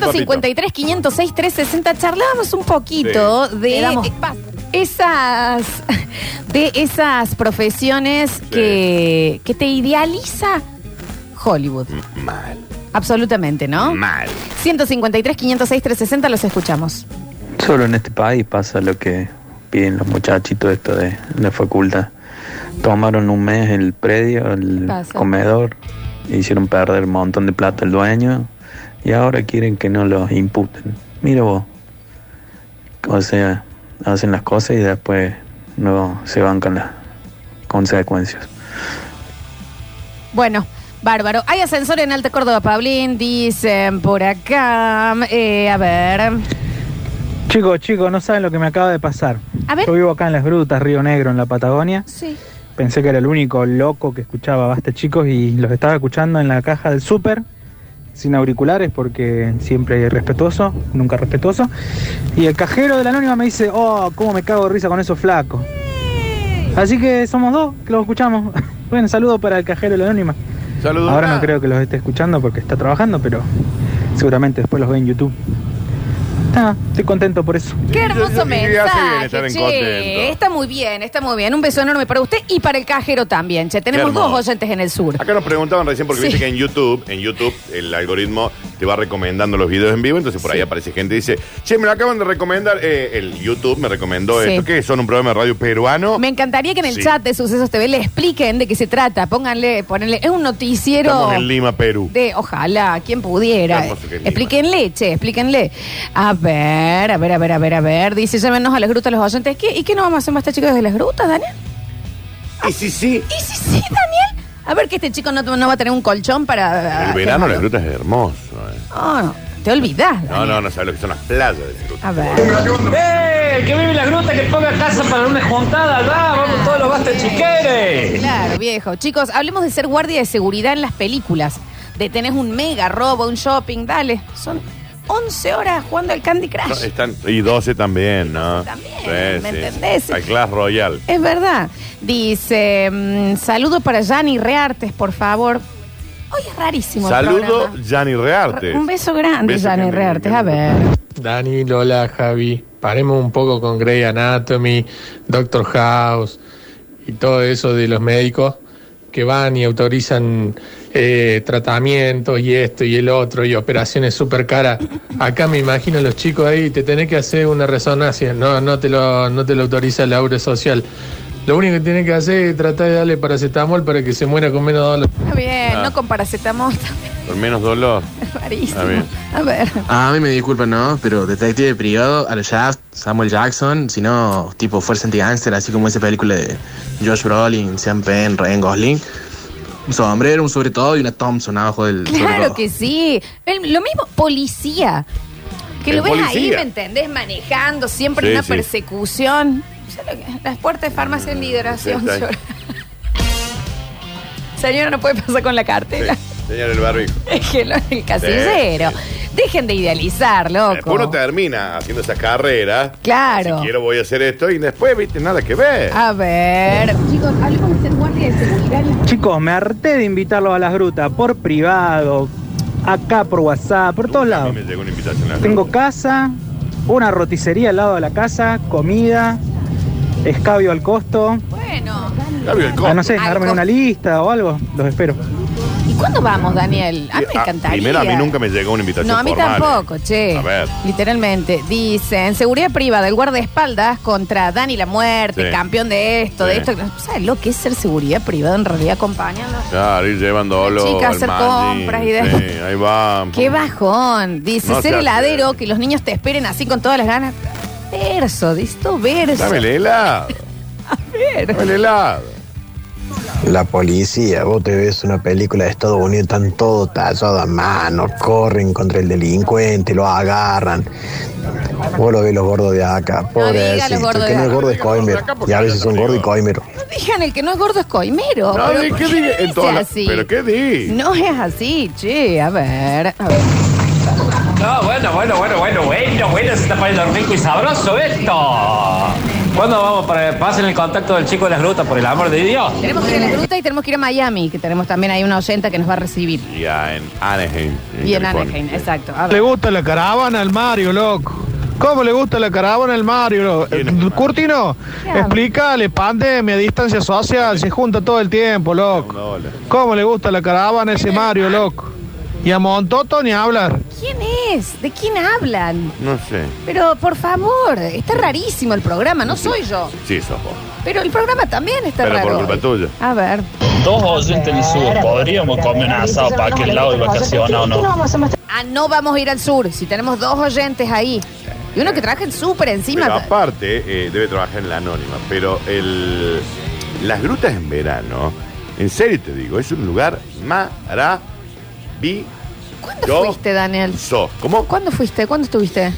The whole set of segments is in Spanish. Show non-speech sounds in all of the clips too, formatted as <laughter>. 153, 506, 360. Charlábamos un poquito de Le damos eh, esas, de esas profesiones que, que te idealiza Hollywood. Mal, Absolutamente, ¿no? mal. 153, 506, 360, los escuchamos. Solo en este país pasa lo que piden los muchachitos esto de la facultad. Tomaron un mes el predio, el Pasa. comedor, e hicieron perder un montón de plata al dueño y ahora quieren que no los imputen. Mira vos. O sea, hacen las cosas y después no se bancan las consecuencias. Bueno, bárbaro. Hay ascensor en Alta Córdoba, Paulín, dicen por acá. Eh, a ver. Chicos, chicos, no saben lo que me acaba de pasar. A ver. Yo vivo acá en las grutas, Río Negro, en la Patagonia. Sí. Pensé que era el único loco que escuchaba Basta Chicos y los estaba escuchando en la caja del súper, sin auriculares porque siempre respetuoso, nunca respetuoso. Y el cajero de la anónima me dice, oh, cómo me cago de risa con esos flacos. Así que somos dos que los escuchamos. <laughs> Bueno, saludo para el cajero de la anónima. Saludos. Ahora Ah, no creo que los esté escuchando porque está trabajando, pero seguramente después los ve en YouTube. Ah, estoy contento por eso. Qué hermoso Y hace bien mensaje, estar en che. contento. Está muy bien, está muy bien. Un beso enorme para usted y para el cajero también, che. Tenemos hermoso. dos oyentes en el sur. Acá nos preguntaban recién porque Sí. viste que en YouTube, en YouTube el algoritmo te va recomendando los videos en vivo, entonces por ahí aparece gente y dice, che, me lo acaban de recomendar, eh, el YouTube me recomendó Sí. esto, que son un programa de radio peruano. Me encantaría que en el Sí. chat de Sucesos TV le expliquen de qué se trata. Pónganle, ponenle, es un noticiero. Estamos en Lima, Perú. De, ojalá, quien pudiera. Qué hermoso que es Lima. Explíquenle, che, explíquenle. A ver, a ver, a ver, a ver, a ver. Dice, llévenos a las grutas los oyentes. ¿Qué? ¿Y qué no vamos a hacer más esta chicos desde las grutas, Daniel? Y sí, sí. ¿Y sí, sí, Daniel? A ver que este chico no, no va a tener un colchón para. El verano en las grutas es hermoso. eh. Oh, no, te olvidás. No, Daniel. no, no sabes lo que son las playas de las grutas. A ver. ¡Eh! ¡Que vive la gruta! ¡Que ponga casa para una juntada! ¡Va! ¡Vamos todos los basta Eh, chiqueres! Claro, viejo. Chicos, hablemos de ser guardia de seguridad en las películas. De tenés un mega robo, un shopping, dale. Son 11 horas jugando al Candy Crush. No, están, y 12 también, ¿no? También, ¿me entendés? Al Clash Royale. Es verdad. Dice, mm, saludo para Yanni Reartes, por favor. Hoy es rarísimo. el Saludo, programa. Gianni Rearte. Un beso grande, Beso Yanni grande. Reartes. A ver. Dani, Lola, Javi, paremos un poco con Grey Anatomy, Doctor House y todo eso de los médicos que van y autorizan eh, tratamientos y esto y el otro y operaciones súper caras. Acá me imagino los chicos ahí, te tenés que hacer una resonancia, no, no, te, lo, no te lo autoriza la obra social. Lo único que tenés que hacer es tratar de darle paracetamol para que se muera con menos dolor. Está bien, Ah. no con paracetamol. <laughs> Con menos dolor. Es rarísimo. Está bien. A ver. Ah, A mí me disculpan, ¿no? Pero Detective Privado, a la Shaft, Samuel Jackson, sino tipo Fuerza Anti-Gangster, así como esa película de Josh Brolin, Sean Penn, Ryan Gosling. Un sombrero, un sobre todo y una Thompson abajo del sobre Claro todo. que sí. El- lo mismo, policía. Que El lo ves ahí, policía. ¿me entendés? Manejando siempre Sí, una sí. persecución. Ya lo que- Las puertas de farmacia en liberación. sí, está llora. <laughs> Señora, no puede pasar con la cartela. <laughs> Señor el barbijo. Déjenlo en el casillero. Dejen de idealizar, loco. Eh, Después uno termina haciendo esa carrera. Claro. Si quiero voy a hacer esto y después, viste, nada que ver. A ver. Chicos, hablemos de ser guardia de seguridad. Chicos, me harté de invitarlos a las grutas por privado, acá por WhatsApp, por todos Nunca a mí lados. Me llegó una invitación a la Tengo gruta. casa, una roticería al lado de la casa, comida, escabio al costo. Bueno. Ya vio el Ah, costo. no sé, Al darme costo. una lista o algo, los espero. ¿Y cuándo vamos, Daniel? A mí me Ah, encantaría. Primero, a mí nunca me llegó una invitación No, a mí formal, tampoco, eh. che. A ver. Literalmente. Dicen, seguridad privada, el guardaespaldas contra Dani la muerte, Sí. campeón de esto, de Sí. esto. ¿Sabes lo que es ser seguridad privada en realidad acompañando? Claro, ir llevándolo. Chicas, al hacer Maggi. compras y de- Sí, ahí va. Qué bajón. Dice, No ser se hace. heladero, que los niños te esperen así con todas las ganas. Verso, dice todo verso. Dame el helado. Dame el <laughs> helado. La policía, vos te ves una película de Estados Unidos, están todos tallados a mano, corren contra el delincuente, lo agarran. Vos lo ves los gordos de acá, diga pobrecito, los gordos que de no es acá. gordo es coimero. Y a veces son gordos y coimero. No digan el que no es gordo es coimero. No, Pero ¿y ¿por qué di? En dice todas las- así? ¿Pero qué di? No es así, che. A ver. A ver. Ah, No, bueno, bueno, bueno, bueno, bueno, bueno, se está poniendo rico y sabroso esto. ¿Cuándo vamos para pasen el contacto del chico de las grutas, por el amor de Dios? Tenemos que ir a la gruta y tenemos que ir a Miami, que tenemos también ahí una oyenta que nos va a recibir. Ya en Anaheim. Y en California. Anaheim, exacto. A Le ver. gusta la caravana al Mario, loco. ¿Cómo le gusta la caravana al Mario? loco? ¿Quién es el Mario? Curtino, habla? explícale, pandemia, distancia social, se junta todo el tiempo, Una loco. ola. ¿Cómo le gusta la caravana a ese Mario, loco? Y a Montoto ni hablar. ¿Quién es? ¿De quién hablan? No sé. Pero por favor, está rarísimo el programa, no soy yo. Sí, sos vos. Pero el programa también está Pero por raro. culpa hoy. tuya. A ver. Dos oyentes y su podríamos comer un asado para aquel lado de vacaciones o no. Ah, no vamos a ir al sur, si tenemos dos oyentes ahí. Y uno que trabaja en súper encima. Pero aparte, eh, debe trabajar en la anónima. Pero el, las grutas en verano, en serio te digo, es un lugar maravilloso. ¿Cuándo yo- fuiste, Daniel? ¿Cómo? ¿Cuándo fuiste? ¿Cuándo estuviste?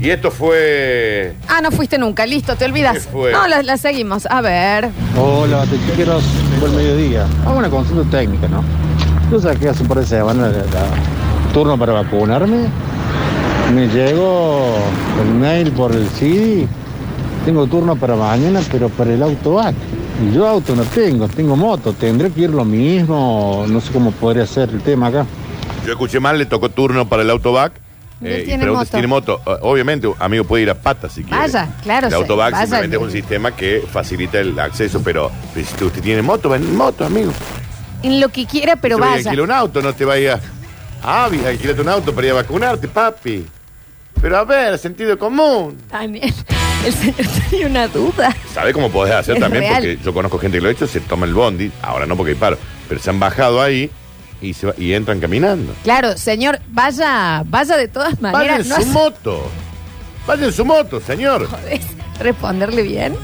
Y esto fue. Ah, no fuiste nunca, listo, te ¿Qué olvidas. fue? No, la, la seguimos. A ver. Hola, te quiero buen mediodía. Hago una consulta técnica, ¿no? Yo saqué hace un par de semanas el turno para vacunarme. Me llegó el mail por el CD. Tengo turno para mañana, pero para el auto va. Y Yo auto no tengo, tengo moto. Tendré que ir lo mismo. No sé cómo podría ser el tema acá. Yo escuché mal, le tocó turno para el autobac. Y él Eh, tiene y pregunta moto. si tiene moto. Eh, Obviamente, amigo, puede ir a pata si quiere. Vaya, claro, El sí, autobac vaya. simplemente es un sistema que facilita el acceso, pero pues, si usted tiene moto, ven en moto, amigo. En lo que quiera, pero Yo voy a vaya. alquilar un auto, no te vayas a Avi, alquilate un auto para ir a vacunarte, papi. Pero a ver, sentido común. Daniel, el señor tenía una duda. ¿Sabe cómo <laughs> podés hacer Es también? real. Porque yo conozco gente que lo ha hecho, se toma el bondi, ahora no porque hay paro, pero se han bajado ahí y, se va- y entran caminando. Claro, señor, vaya, vaya de todas Vaya maneras. en No su moto. Vaya en su moto, señor. podés responderle bien.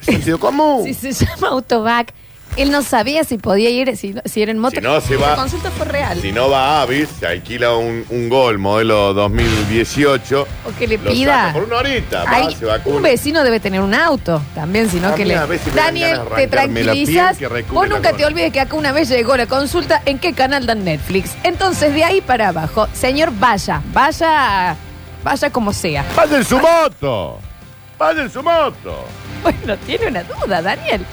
Sentido común. Si se llama autobac, él no sabía si podía ir, si, si era en moto. Si no, se La va- consulta fue real. Si no va a Avis, se alquila un, un Gol modelo 2018. O que le lo pida. saca por una horita. Va, Ay, se vacuna. un vecino debe tener un auto también, si no A que mí le. a veces me dan Daniel, ganas de te arrancarme la piel tranquilizas. que recubre Vos la nunca te corona. olvides que acá una vez llegó la consulta en qué canal dan Netflix. Entonces, de ahí para abajo, señor, vaya, vaya, vaya como sea. Vaya en su moto. Vaya en su moto. <laughs> Bueno, tiene una duda, Daniel.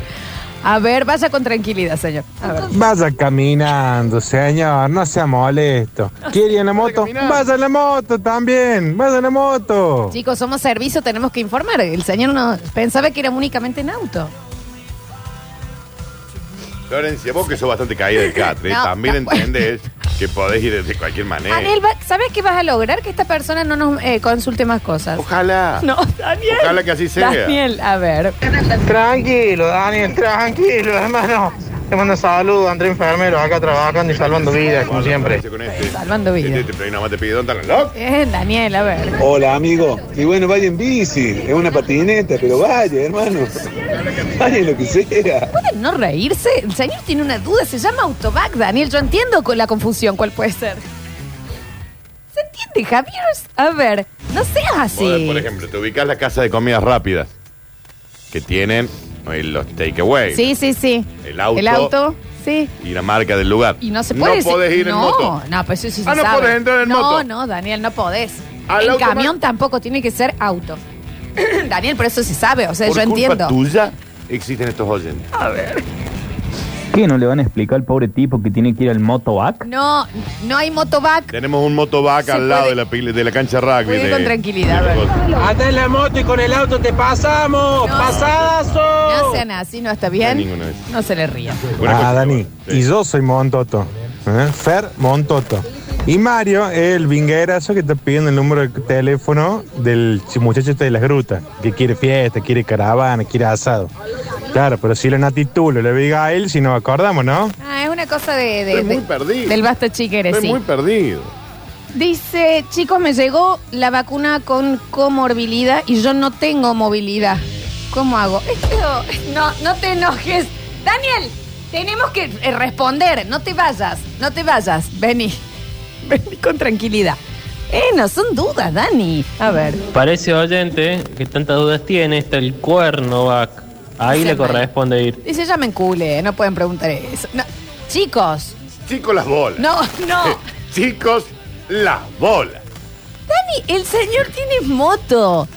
A ver, vaya con tranquilidad, señor. A ver. Vaya caminando, señor, no sea molesto. ¿Quiere ir en la moto? Vaya en la moto también, vaya en la moto. Chicos, somos servicio, tenemos que informar. El señor no pensaba que era únicamente en auto. Florencia, vos que sos bastante caída del catre, No, también no. entendés que podés ir de cualquier manera. Daniel, va- ¿sabes qué vas a lograr? Que esta persona no nos eh, consulte más cosas. Ojalá. No, Daniel. Ojalá que así sea. Daniel, a ver. Tranquilo, Daniel, tranquilo, <laughs> hermano. Te mando saludos, Andrés Enfermero, acá trabajando y salvando vidas, como siempre. Con este. Salvando vidas. Este, este, nada más te pide dónde están los locos. Eh, Daniel, a ver. Oh. Hola, amigo. Y bueno, vaya en bici, es una patineta, pero vaya, hermano. Vaya lo que sea. ¿Pueden no reírse? El señor tiene una duda, se llama Autobac, Daniel. Yo entiendo con la confusión cuál puede ser. ¿Se entiende, Javier? A ver, no seas Vos, así. Por ejemplo, te ubicas la casa de comidas rápidas que tienen eh, los takeaways. Sí, sí, sí. El auto. El auto, sí. Y la marca del lugar. Y no se puede No podés ir no, en moto. No, pues eso sí se Ah, no sabe. podés entrar en no, moto. No, Daniel, no podés. Al el auto camión más- tampoco tiene que ser auto. <clears throat> Daniel, por eso se sabe, o sea, Por yo culpa entiendo. tuya existen estos oyentes. ¿Qué no le van a explicar al pobre tipo que tiene que ir al motovac? No, no hay motovac. Tenemos un motovac Se al lado puede- de la, pile- de la cancha rugby. Puede ir de- con tranquilidad, de- ¿verdad? Anda en la moto y con el auto te pasamos, No. pasazo. No sean así, no está bien. ninguna de esas. No se le rían. Una cosa- Sí. Ah, yo soy Montoto. ¿eh? Fer Montoto. Y Mario es el vinguerazo que está pidiendo el número de teléfono del ch- muchacho este de las grutas, que quiere fiesta, quiere caravana, quiere asado. Claro, pero si la Nati Tulo le diga a él, si nos acordamos, ¿no? Ah, es una cosa de, de- Estoy muy de- perdido. del basta chiqueres, Estoy sí. muy perdido. Dice, chicos, me llegó la vacuna con comorbilidad y yo no tengo movilidad. ¿Cómo hago? Esto- no, no te enojes. Daniel, tenemos que eh, responder. No te vayas, no te vayas. Vení, <laughs> vení con tranquilidad. Eh, no son dudas, Dani. A ver. Parece oyente que tantas dudas tiene, está el cuerno vac. Ahí Sí, le mal. corresponde ir. Dice, ya me enculé, no pueden preguntar eso. No, Chicos, Eh, Eh, Chicos, las bolas. no, no. Chicos, las bolas. Dani, el señor tiene moto.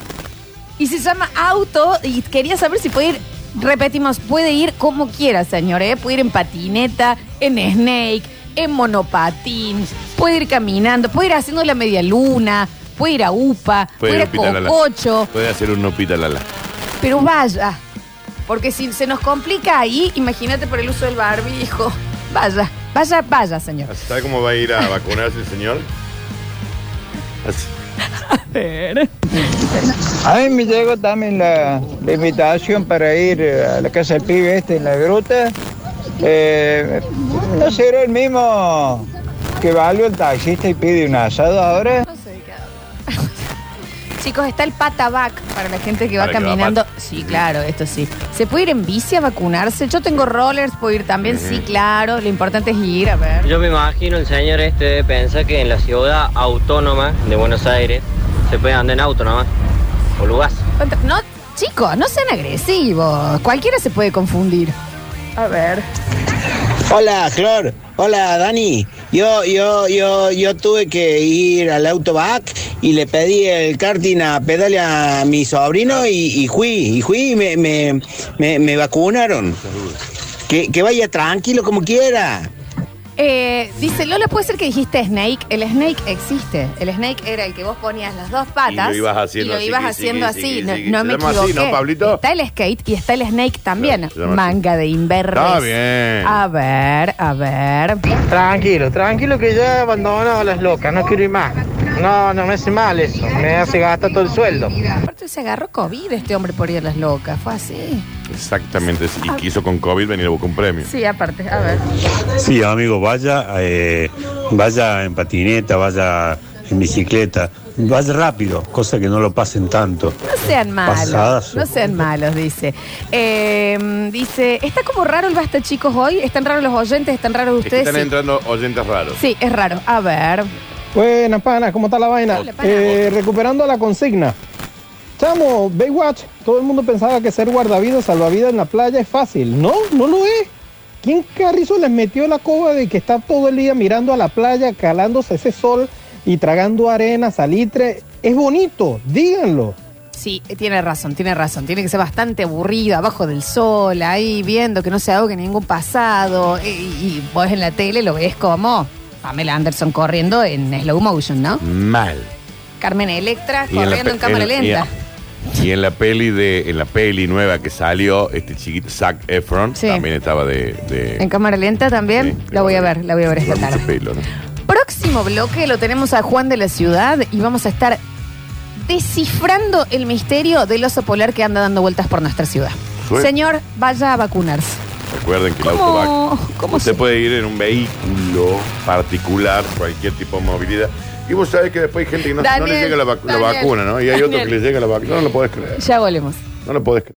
Y se llama auto. Y quería saber si puede ir. Repetimos, puede ir como quiera, señor. ¿eh? Puede ir en patineta, en snake, en monopatín. Puede ir caminando. Puede ir haciendo la media luna. Puede ir a UPA. Puede, Puede ir ir a Pitalala. Cococho. Puede hacer un no pita lala. Pero vaya. Porque si se nos complica ahí, imagínate por el uso del barbijo. Vaya, vaya, vaya, señor. ¿Sabe cómo va a ir <laughs> a vacunarse el señor? Así. A mí me llegó también la, la invitación para ir eh, a la casa del pibe este en la gruta. Eh, ¿No será el mismo que valió el taxista y pide un asado ahora? Chicos, está el patabac para la gente que va Para que va caminando. pat- sí, claro, esto sí. ¿Se puede ir en bici a vacunarse? Yo tengo rollers, puedo ir también. Sí, claro. Lo importante es ir, a ver. Yo me imagino el señor este de pensar que en la ciudad autónoma de Buenos Aires se puede andar en auto nomás. O lugar. ¿Cuánto- No, chicos, no sean agresivos. Cualquiera se puede confundir. A ver. Hola, Flor. Hola, Dani. Yo, yo, yo, yo tuve que ir al autobac y le pedí el karting a pedale a mi sobrino y, y fui, y fui y me, me, me- me vacunaron. Que, que vaya tranquilo como quiera. Eh, dice Lola, puede ser que dijiste Snake. El Snake existe. El Snake era el que vos ponías las dos patas. Y lo ibas haciendo y lo así, ibas que sí, haciendo que así. sí, que No- sí, que no, se me llama así, equivoqué. ¿no, Pablito? Está el skate y está el Snake también. se llama así. Manga de invierno. Está bien. A ver, a ver. Tranquilo, tranquilo que ya he abandonado las locas, no quiero ir más. No, no me hace mal eso, me hace gastar todo el sueldo. Aparte se agarró COVID este hombre por ir a las locas. Fue así. Exactamente. Y Ah. quiso con COVID venir a buscar un premio. Sí, aparte. A ver. Sí, amigo, vaya, eh, vaya en patineta, vaya en bicicleta, vaya rápido, cosa que no lo pasen tanto. No sean malos. Pasadazo. No sean malos, dice. Eh, dice, está como raro el basta, chicos, hoy. Están raros los oyentes, están raros Es que ustedes. están Sí. entrando oyentes raros. Sí, es raro. A ver. Buenas, panas, ¿cómo está la vaina? pana. Eh, recuperando la consigna. Chamo, Baywatch, todo el mundo pensaba que ser guardavidas, salvavidas en la playa es fácil. No, no lo es. ¿Quién carrizo les metió la coba de que está todo el día mirando a la playa, calándose ese sol y tragando arena, salitre? Es bonito, díganlo. Sí, eh, tiene razón, tiene razón. Tiene que ser bastante aburrido, abajo del sol, ahí viendo que no se ahogue ningún pasado. Y, y vos en la tele lo ves como Pamela Anderson corriendo en slow motion, ¿no? Mal. Carmen Electra Y en la corriendo en, pe- cámara en- y- lenta. Y en la peli de, en la peli nueva que salió, este chiquito, Zac Efron, Sí. también estaba de, de- En cámara lenta también. la voy a ver, la voy a ver esta con tarde. <laughs> mucho pelo, ¿no? Próximo bloque lo tenemos a Juan de la Ciudad y vamos a estar descifrando el misterio del oso polar que anda dando vueltas por nuestra ciudad. Sí. Señor, vaya a vacunarse. Recuerden que el ¿Cómo- auto cómo Usted se- puede ir en un vehículo particular, cualquier tipo de movilidad. Y vos sabés que después hay gente que no, no Daniel, le llega la, vacu- la Daniel, vacuna, ¿no? Y hay otro que Daniel. le llega la vacuna. No lo podés creer. Ya volvemos. No lo podés creer.